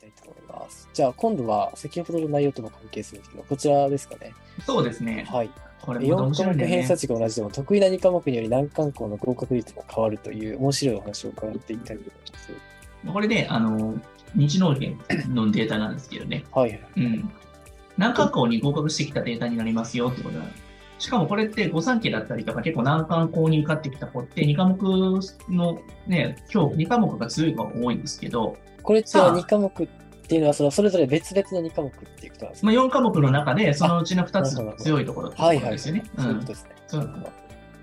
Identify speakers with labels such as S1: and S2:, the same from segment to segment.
S1: たいと思います。じゃあ、今度は先ほどの内容とも関係するんですけど、こちらですかね。
S2: そうですね。
S1: はい。
S2: これも面
S1: 4科
S2: 白いんだ
S1: 目偏
S2: よね
S1: 差。値が同じでも、得意な2科目により難関校の合格率も変わるという面白いお話を伺っていきたいと思います。
S2: これで、あの、日農研のデータなんですけどね。
S1: はいはい。
S2: うん。難関校に合格してきたデータになりますよってことなの。しかもこれって御三家だったりとか結構難関校に受かってきた子って2科目のね、今日2科目が強い子が多いんですけど、
S1: これって
S2: さあ
S1: 2科目っていうのは、そのそれぞれ別々の2科目っていうことなんです
S2: ま
S1: か、
S2: あ、4科目の中でそのうちの2つが強いところって
S1: は
S2: こ
S1: い
S2: と
S1: はい。
S2: ですよね。
S1: そういううんことですね。
S2: そう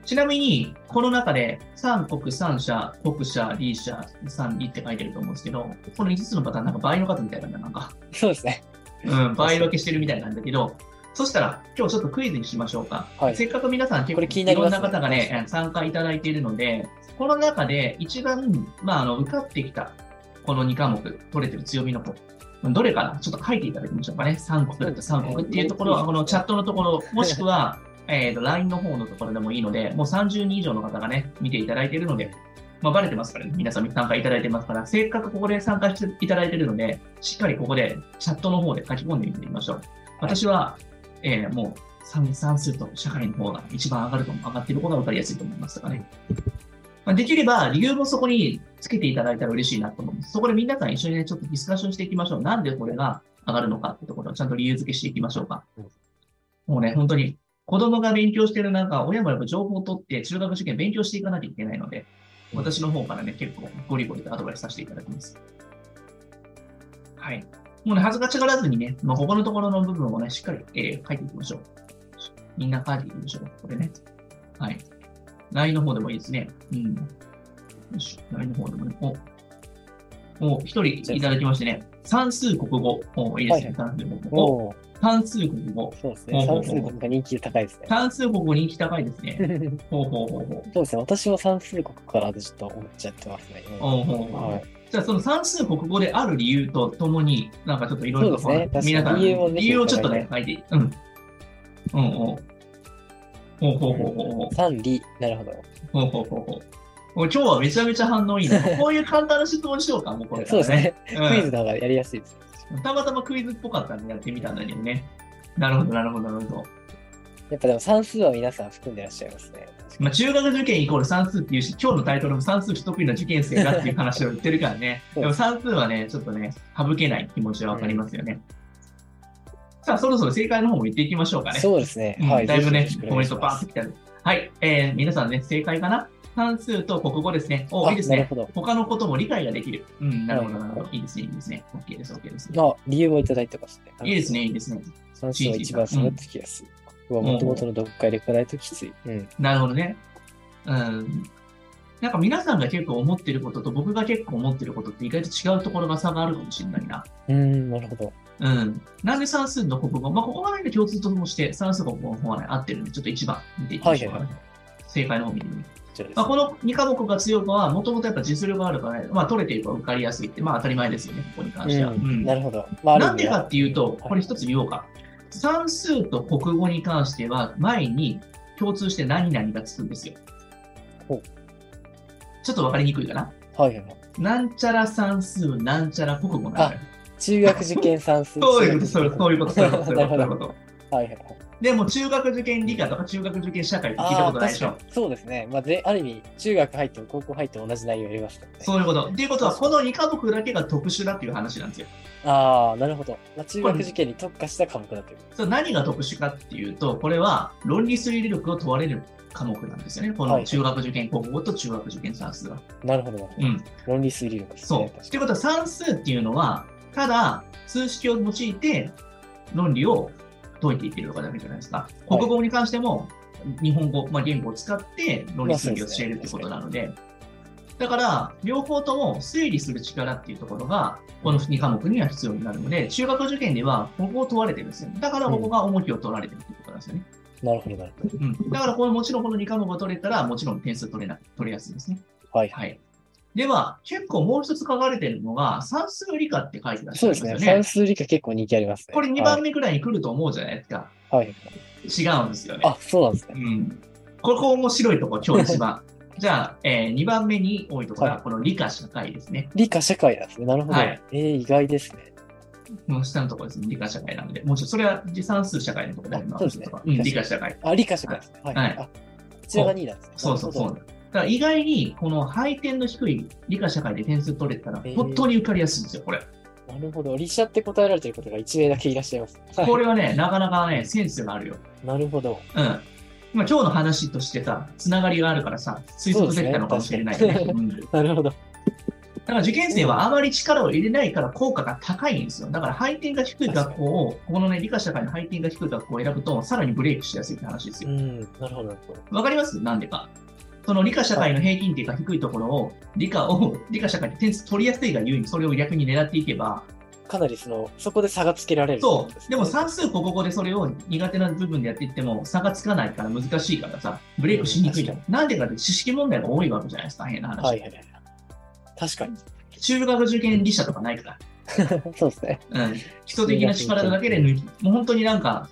S2: ちなみに、この中で、三国、三者、国者、リー者、三理って書いてると思うんですけど、この5つのパターン、なんか倍の方みたいなんだ、なんか。
S1: そうですね。
S2: うん、倍分けしてるみたいなんだけど、そしたら、今日ちょっとクイズにしましょうか。
S1: はい
S2: せっかく皆さん結
S1: こ
S2: 構
S1: れ気に
S2: い
S1: なり
S2: ろ
S1: ま
S2: ん
S1: すね
S2: な方がね、参加いただいているので、この中で一番、まあ、あの、受かってきた、この2科目、取れてる強みの子、どれかなちょっと書いていただきましょうかね。三国だった三国っていうところは、このチャットのところ、もしくは、 えっと、LINE の方のところでもいいので、もう30人以上の方がね、見ていただいているので、まあ、バレてますからね、皆さん参加いただいてますから、せっかくここで参加していただいているので、しっかりここでチャットの方で書き込んでみてみましょう。私は、えーもう算算数と社会の方が一番上がると思う上がっている方が分かりやすいと思いますからね。まあ、できれば理由もそこにつけていただいたら嬉しいなと思います。そこで皆さん一緒にね、ちょっとディスカッションしていきましょう。なんでこれが上がるのかってところをちゃんと理由付けしていきましょうか。もうね、本当に子供が勉強してる中、親もやっぱ情報を取って中学受験勉強していかなきゃいけないので、私の方からね、結構ゴリゴリとアドバイスさせていただきます。はい。もうね、恥ずかしがらずにね、まあ、ここのところの部分をね、しっかり、えー書いていきましょう。みんな書いていきましょう。これね。はい。LINE の方でもいいですね。うん。よし、LINE の方でもね。お、お、一人いただきましてね。算数国語。お、いいですね。算数国語。お
S1: おお、
S2: 算数国語。
S1: そうですね。
S2: ほうほ
S1: 算
S2: うほ
S1: 数
S2: う
S1: 国が人気高いですね。
S2: 算数国語人気高いですね。 ほうほうほうほう。
S1: そうですね。私は算数国からちょっと思っちゃってますね。
S2: おうおうおう
S1: はい、
S2: じゃあその算数国語である理由とともに、なんかちょっといろいろと
S1: そうですね確かに
S2: 皆さん
S1: 理由をぜひ
S2: 理由をちょっとね、書いていい。うん。うんうん。ほうほうほうほうほう。
S1: 三理、なるほど。
S2: ほうほうほうほう。もう今日はめちゃめちゃ反応い いな。こういう簡単な質問しようか、もうこれ、
S1: そうです。ね。
S2: う
S1: クイズ
S2: ん
S1: の方がやりやすいです。
S2: たまたまクイズっぽかったんでやってみたんだけどね。なるほど、なるほど、なるほど。
S1: やっぱでも算数は皆さん含んでらっしゃいますね。
S2: まあ、中学受験イコール算数っていうし、今日のタイトルも算数不得意な受験生だっていう話を言ってるからね
S1: 。そ
S2: で
S1: う
S2: も算数はね、ちょっとね、省けない気持ちはわかりますよね。さあ、そろそろ正解の方も言っていきましょうかね。
S1: そうですね。
S2: うん
S1: はい。
S2: だいぶね
S1: ぜひよ、ろしくお
S2: コ
S1: 願いしま
S2: メントパーン
S1: す
S2: ときたのはい、えー皆さんね、正解かな算数と国語ですね。お
S1: あ
S2: いいです
S1: なる
S2: ね
S1: ほど。
S2: 他のことも理解ができる。うん、なるほど、
S1: はい
S2: なるほど。いいですね、いいですね。OK です、OK です。
S1: あ、理由をいただいてますね。
S2: いいですね、いいですね。
S1: 算数は一番下がってきやすい。僕はもともとの読解力がないときつい。うん。
S2: なるほどね。うん。なんか皆さんが結構思ってることと僕が結構思ってることって意外と違うところが差があるかもしれないな。
S1: うん、なるほど。
S2: うん。なんで算数の国語、まあ、ここが何か共通ともして算数国語の方はね、合ってるんで、ちょっと一番見ていきましょうかね。
S1: は
S2: 正解の方見てみる。
S1: こちらです
S2: まあ、この2科目が強い子は、もともとやっぱ実力があるからね、まあ、取れているから受かりやすいって、まあ、当たり前ですよね、ここに関しては。
S1: う
S2: うんん
S1: なるほど。まあ、ある意
S2: なん
S1: 味
S2: で
S1: は
S2: かっていうと、
S1: い
S2: これ一つ言おうか。算数と国語に関しては、前に共通して何々がつくんですよ
S1: ほう。
S2: ちょっと分かりにくいかな。
S1: はいはいはい。
S2: なんちゃら算数、なんちゃら国語なんだよ。
S1: 中学受験算数。
S2: そういうこと、そういうこと、そういうこと、そういうことそう いうこと
S1: な
S2: そうい
S1: る
S2: う
S1: ほ
S2: こ
S1: ど。
S2: と。
S1: はいはいはい。
S2: でも中学受験理科とか中学受験社会って聞いたことないでし
S1: あー
S2: ょ。
S1: 確かにそうですね。まあ、ぜある意味、中学入っても高校入っても同じ内容やりますからね。
S2: そういうこと。っていうことは、この2科目だけが特殊だっていう話なんですよ。
S1: ああ、なるほど。まあ、中学受験に特化した科目だという。
S2: それ何が特殊かっていうと、これは論理推理力を問われる科目なんですよね。こ
S1: は
S2: の
S1: い
S2: 中学受験高校と中学受験算数は。
S1: なるほどなるほ
S2: う
S1: ど。
S2: ん。
S1: 論理推理力です
S2: そう。
S1: ね。
S2: ってことは算数っていうのは、ただ数式を用いて論理を解いていってるとかだけじゃないですか。
S1: はい
S2: 国語に関しても、日本語、まあ、言語を使って論
S1: ま
S2: 理推理
S1: あそう
S2: を
S1: ですね
S2: 教えるってことなので、だから、両方とも推理する力っていうところが、この2科目には必要になるので、中学受験では、ここを問われてるんですよ。だから、ここが重きを取られてるってことなんですよね。
S1: なるほどなるほど。
S2: うん。だから、これもちろんこの2科目が取れたら、もちろん点数取れな、取れやすいですね。
S1: はいはい。
S2: はい。では、結構もう一つ書かれてるのが、算数理科って書いてらっし
S1: そ
S2: ゃ
S1: うで
S2: るん
S1: す
S2: です
S1: ね。
S2: よ
S1: 算
S2: ね。
S1: 数理科結構人気ありますね。
S2: これ2番目くらいに来ると思うじゃないですか。
S1: はい。はい。
S2: 違うんですよね。
S1: あ、そうなんです
S2: う
S1: ね。
S2: ん。ここ面白いとこ、今日一番。 じゃあ、え2番目に多いところは、
S1: はい
S2: この理科社会ですね。
S1: 理科社会なんですね。なるほど。
S2: はい
S1: えー、意外ですね。
S2: この下のところですね。理科社会なので。もうちょっと、それは算数社会のところであります。
S1: あそうですね
S2: うん、理科社会。
S1: あ、理科社会ですね。はい。
S2: はい
S1: あ、こちらが2位なんですね。
S2: そうそうそう。
S1: な
S2: だ
S1: る
S2: から意外に、この配点の低い理科社会で点数取れてたら
S1: へー、
S2: 本当に受かりやすいんですよ、これ。
S1: ほど。なるほど。理社って答えられてる方が1名だけいらっしゃいます。
S2: これはね、なかなかね、センスがあるよ。
S1: なるほど。
S2: うん。まあ、今日の話としてさ、つながりがあるからさ、推測できたのかもしれないよね。
S1: そうです
S2: うんだ
S1: なるほど。
S2: から受験生はあまり力を入れないから効果が高いんですよ。だから配点が低い学校を、このね、理科社会の配点が低い学校を選ぶと、さらにブレイクしやすいって話です
S1: う
S2: よ。
S1: ん。なるほど。なるほど
S2: わかりますなんでか。その理科社会の平均点が低いところを、理科を、理科社会で点数取りやすいがゆえに、それを逆に狙っていけば、
S1: かなりその、そこで差がつけられる。
S2: そう、でも算数、こここでそれを苦手な部分でやっていっても、差がつかないから難しいからさ、ブレイクしにくいじゃん。なんでかって知識問題が多いわけじゃないですか、変な話。
S1: はいはいはい。確かに。
S2: 中学受験理者とかないか
S1: そうですね。
S2: ら、うん、基礎的な力だけで抜き、もう本当になんか、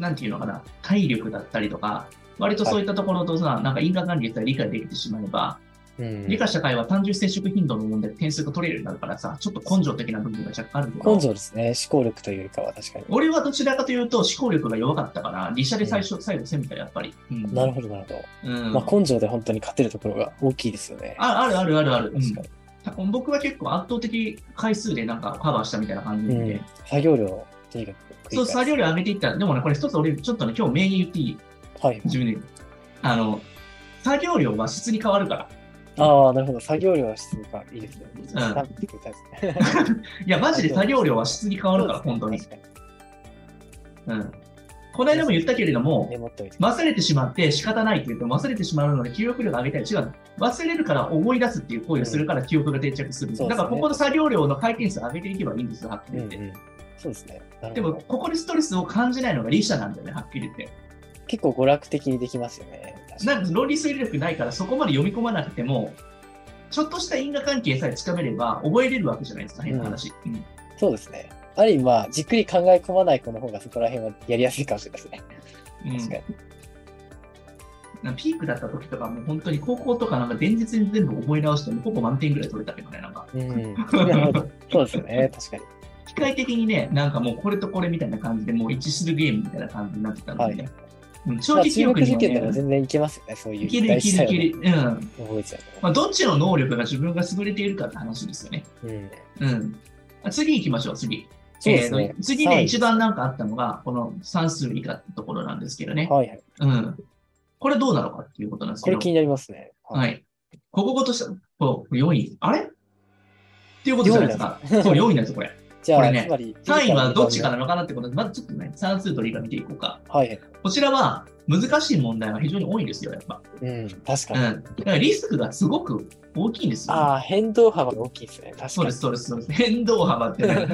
S2: なんていうのかな、体力だったりとか、割とそういったところとさ、なんか因果関係さえ理解できてしまえば、
S1: うん
S2: 理科社会は単純接触頻度の問題で点数が取れるようになるからさ、ちょっと根性的な部分が若干あるけど
S1: 根性ですね。思考力というよりかは確かに。
S2: 俺はどちらかというと思考力が弱かったから、理社で最初、最後攻めたよやっぱり。うん
S1: なるほど、なるほ
S2: うん
S1: ど。まあ、根性で本当に勝てるところが大きいですよね。
S2: ああるあるあるある。
S1: 確かに。
S2: うん僕は結構圧倒的回数でなんかカバーしたみたいな感じで、
S1: うん作業量をとにかく繰り返す。
S2: そう作業量上げていったら、でもね、これ一つ俺、ちょっとね、今日名言言っていい
S1: はい。
S2: 自分で。あの、作業量は質に変わるから。
S1: ああ、なるほど。作業量は質がいいですね。
S2: ん
S1: ダンプって言いたいですね。
S2: いや、マジで作業量は質に変わるから、本当に。
S1: 確かに。
S2: うん。この間も言ったけれども、
S1: メモっておいて。
S2: 忘れてしまって仕方ないって言っても忘れてしまうので記憶力が上げたい。違うの。忘れるから思い出すっていう行為をするから記憶が定着す
S1: そう
S2: る。
S1: ですね
S2: だからここの作業量の回転数上げていけばいいんですよ、はっき
S1: うん
S2: り
S1: う
S2: 言って。
S1: ん。そうですね。な
S2: で
S1: るほ
S2: も、
S1: ど。
S2: ここでストレスを感じないのが理者なんだよね、はっきり言って。
S1: 結構娯楽的にできますよね。確か
S2: なんか論理推理力ないからそこまで読み込まなくても、ちょっとした因果関係さえつかめれば覚えれるわけじゃないですか、変な話。うん
S1: にそうですね。ある意味、まあ、じっくり考え込まない子の方がそこら辺はやりやすいかもしれないですね。
S2: うん
S1: 確かに。
S2: なんかピークだった時とか、もう本当に高校とかなんか前日に全部覚え直して、もうほぼ満点ぐらい取れたけどね、なんか。
S1: うん。なるほど。そうですよね。確 かに。
S2: 機械的にね、なんかもうこれとこれみたいな感じで、もう一致するゲームみたいな感じになってたので、ね
S1: は
S2: うん
S1: ま
S2: 長
S1: あ、
S2: 期記
S1: 中
S2: 憶
S1: 学
S2: に
S1: 受
S2: は
S1: 験でも
S2: ね、
S1: 全然いけますよね。そういう。
S2: いけるいけるいける。うん。
S1: 覚えちゃ
S2: まあ、どっちの能力が自分が優れているかって話ですよね。
S1: う。うん。
S2: うん。あ次行きましょう、次。
S1: そうですね
S2: え。ー次
S1: は
S2: ね、
S1: い
S2: 一番なんかあったのが、この算数以下ってところなんですけどね。
S1: はいはい。
S2: うん。これどうなのかっていうことなんです
S1: こ
S2: け
S1: れ
S2: ど。
S1: 気になりますね。。
S2: はいい。ここごとした、こう、4位。あれっていうことじゃないですか。 そう、4位なんですよ、これ。
S1: じゃ
S2: こ
S1: あ、
S2: れね
S1: つまり、
S2: 3位はどっちかなのかなってことで、まずちょっとね、算数と理科見ていこうか。
S1: はいはい。
S2: こちらは難しい問題が非常に多いんですよ、やっぱ。
S1: うん。確か
S2: う
S1: に。
S2: ん。だからリスクがすごく大きいんですよ。
S1: ああ、変動幅が大きいですね。確かに。
S2: そうです、そうです、そうです。変動幅って、 ね、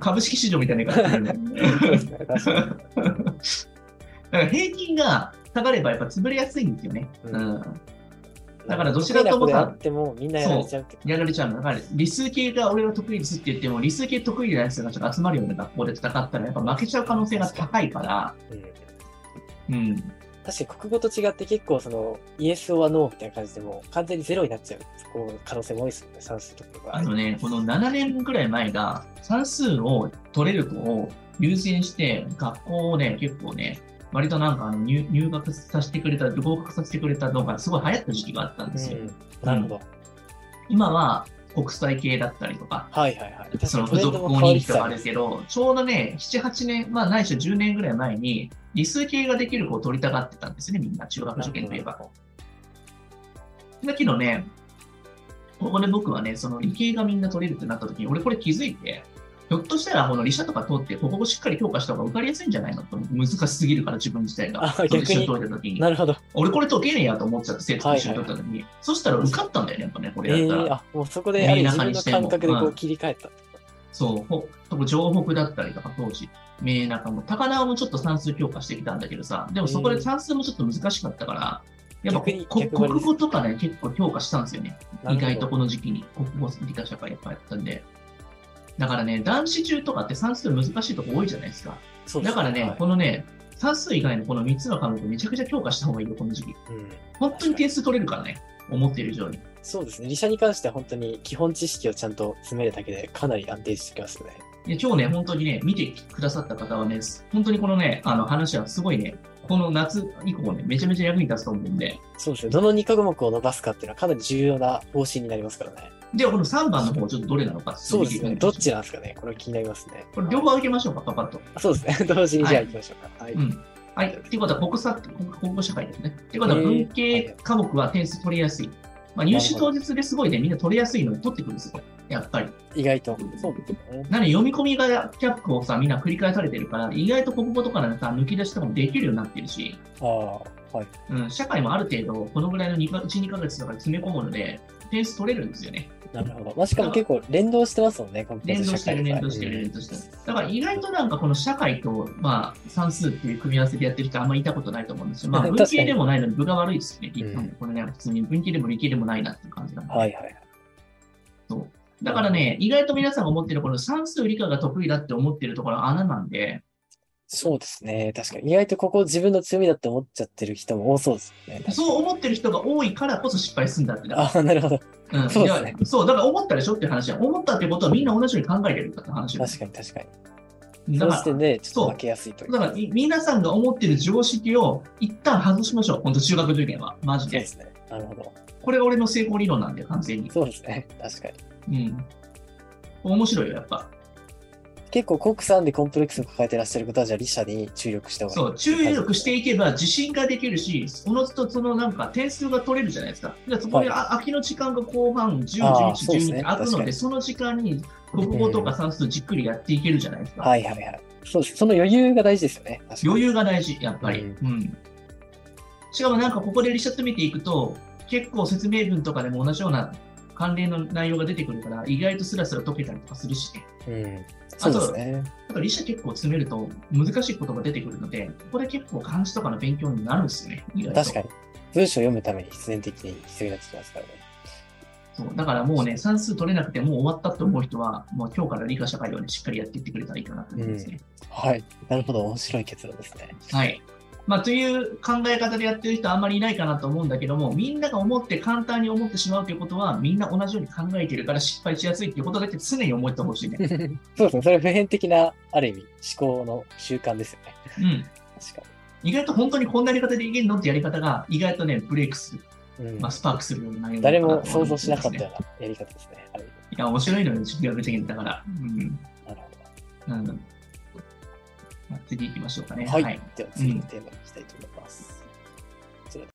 S2: 株式市場みたいな言い方するね。
S1: そうですね。確かに。
S2: だから平均が下がればやっぱ潰れやすいんですよね。
S1: う
S2: うんん。だからどちらとも
S1: 得意な子で
S2: さ
S1: あっても、みんなやられちゃうってこと
S2: やられちゃうのだから理数系が俺は得意ですって言っても、理数系得意なやつがちょっと集まるような学校で戦ったら、やっぱ負けちゃう可能性が高いから、
S1: うん
S2: うん。
S1: 確かに国語と違って結構そのイエスオアノーみたいな感じでもう完全にゼロになっちゃうこう可能性も多いですよね、算数とかが。
S2: あのね、この7年ぐらい前が、算数を取れる子を優先して、学校をね、結構ね、割となんかあの入入学させてくれた、合格させてくれた動画がすごい流行った時期があったんですよ。
S1: うんなるほど。
S2: 今は国際系だったりとか、
S1: はいはいはい。確か
S2: その
S1: にトレ
S2: 付
S1: ン
S2: 属
S1: ド
S2: 校
S1: も変わ
S2: に
S1: り
S2: 行
S1: つつ
S2: く
S1: あ
S2: あ
S1: る
S2: れですけど、ちょうどね、7、8年、まあないしは10年ぐらい前に、理数系ができる子を取りたがってたんですね、みんな、中学受験といえば。だけどね、ここで僕はね、その理系がみんな取れるってなった時に、俺これ気づいて、ひょっとしたらこの理社とか通って、ここをしっかり強化した方が受かりやすいんじゃないのと思って難しすぎるから自分自体が。
S1: あ
S2: その
S1: 逆に
S2: 理社通った時に。
S1: なるほど。
S2: 俺これ解けねえやと思っちゃって、生徒と一緒に取った時に。そしたら受かったんだよね、やっぱね、こ
S1: え
S2: れやった
S1: ー、
S2: ら。
S1: あもうそこである意味
S2: 見えなかにし
S1: 自
S2: て
S1: 分
S2: も
S1: の感覚でこ
S2: う
S1: うん切り替えたってこと。
S2: そう、ほ特に城北だったりとか当時、名中も、高輪もちょっと算数強化してきたんだけどさ、でもそこで算数もちょっと難しかったから、やっぱ
S1: 逆に
S2: こ
S1: 逆張りで
S2: 国
S1: す
S2: 語とかね、結構強化したんですよね。
S1: なる
S2: 意
S1: ほど
S2: 外とこの時期に国語理科社会やっぱやったんで。だからね、男子中とかって算数難しいとこ多いじゃないですか。
S1: そうで
S2: だ
S1: す
S2: からね、
S1: はい
S2: このね、算数以外のこの3つの科目めちゃくちゃ強化した方がいいよ、この時期。
S1: うん。
S2: 本当に点数取れるからね。思っている以上に。
S1: そうですね。理社に関しては本当に基本知識をちゃんと詰めるだけでかなり安定してきますよね。
S2: で今日ね、本当にね、見てくださった方はね、本当にこのね、あの話はすごいね、この夏以降ね、めちゃめちゃ役に立つと思うんで。
S1: そうですね。どの2科目を伸ばすかっていうのはかなり重要な方針になりますからね。
S2: では、この3番の方、ちょっとどれなのかってい
S1: そうですね。どっち
S2: だ
S1: なんですかね。これ気になりますね。
S2: これ両方開けましょうか、パパッと。
S1: あそうですね。 同時にじゃあ行きましょうか。はい。
S2: うん。はい。っていうことは国策、国国語社会ですね。ってことは
S1: えー
S2: 文系科目は点数取りやすい。まあ、入試
S1: なる
S2: 当
S1: ほ
S2: 日ですごいね、みんな取りやすいので取ってくるんですよ、これやっぱり。
S1: 意外と。そうですね。
S2: なので読み込みがキャップをさ、みんな繰り返されてるから、意外と国語とかなんか抜き出しとかもできるようになってるし、
S1: ああ、はい。
S2: うん、社会もある程度、このぐらいの2か1、2ヶ月とかで詰め込むので、点数取れるんですよね。
S1: なるほど。まあ、しかも結構連動してますもんね、コンピュ
S2: 連
S1: ータ
S2: 動
S1: ー
S2: し
S1: 社
S2: て
S1: 会
S2: る、
S1: とか
S2: 連動してる、連動してる。だから意外となんかこの社会と、まあ、算数っていう組み合わせでやってる人あんまりいたことないと思うんですよ。まあ、
S1: 確
S2: 文
S1: かに
S2: 系でもないので部が悪いですよね、きっと
S1: うん
S2: これね、普通に文系でも理系でもないなっていう感じなんで
S1: はいはい。
S2: そう。だからね、意外と皆さんが思ってるこの算数理科が得意だって思ってるところは穴なんで、
S1: そうですね。確かに。意外とここ自分の強みだって思っちゃってる人も多そうですよね。
S2: そう思ってる人が多いからこそ失敗するんだって。
S1: ああ、なるほど。
S2: うん、
S1: そうですね
S2: いやそう、だから思ったでしょっていう話だ。思ったってことはみんな同じように考えてるかって話だ。
S1: 確かに確かに。
S2: だ
S1: その
S2: か
S1: 時点でちょっと負けやすいという
S2: ら、だからみ皆さんが思ってる常識を一旦外しましょう。本当中学受験は。マジ
S1: そうで
S2: で。
S1: すね。なるほど。
S2: これが俺の成功理論なんで、完全に。
S1: そうですね。確かに。
S2: うん。面白いよ、やっぱ。
S1: 結構、国産でコンプレックスを抱えてらっしゃる方は、じゃあ、理社に注力した方がいい。
S2: そう、注意力していけば自信ができるし、そのとそのなんか点数が取れるじゃないですか。じゃあそこで、
S1: は
S2: あ空きの時間が後半、10、
S1: あ
S2: 11
S1: ー、そうです
S2: 12
S1: ね
S2: って空く
S1: 確
S2: の
S1: か
S2: で、
S1: に
S2: その時間に国語とか算数じっくりやっていけるじゃないですか。
S1: はいはいはい。そうです。その余裕が大事ですよね。確かに
S2: 余裕が大事、やっぱり。う。
S1: うん
S2: しかもなんかここでリシャット見ていくと、結構説明文とかでも同じような関連の内容が出てくるから、意外とスラスラ解けたりとかするしね。
S1: うん。そうですね。
S2: だからリシャ結構詰めると難しい言葉出てくるので、ここで結構漢字とかの勉強になるんですよね。意外と
S1: 確かに。文章を読むために必然的に必要になってきますからね。
S2: そうだからもうね、算数取れなくてもう終わったって思う人は、もう今日から理科社会をね、しっかりやっていってくれたらいいかなと思いますね。
S1: はい。なるほど。面白い結論ですね。
S2: はい。まあ、という考え方でやってる人はあんまりいないかなと思うんだけども、みんなが思って簡単に思ってしまうということは、みんな同じように考えてるから失敗しやすいっていうことだけ常に思ってほしいね。
S1: そうですね。それ普遍的な、ある意味、思考の習慣ですよね。
S2: うん。
S1: 確か
S2: 意外と本当にこんなやり方でいけるのってやり方が、意外とね、ブレイクする、
S1: に。うん
S2: まあ、スパークするような内容
S1: 誰
S2: なのかな
S1: も
S2: と
S1: 想
S2: 思い
S1: 像
S2: ます
S1: し
S2: ね
S1: なかったようなやり方ですね。ある
S2: いや、面白いのよ、心理学的だから。うん。
S1: 意味なるほ
S2: うんまあ次行きましょどうかね。
S1: ど。はい。では、次のテーマに行きたいと思います。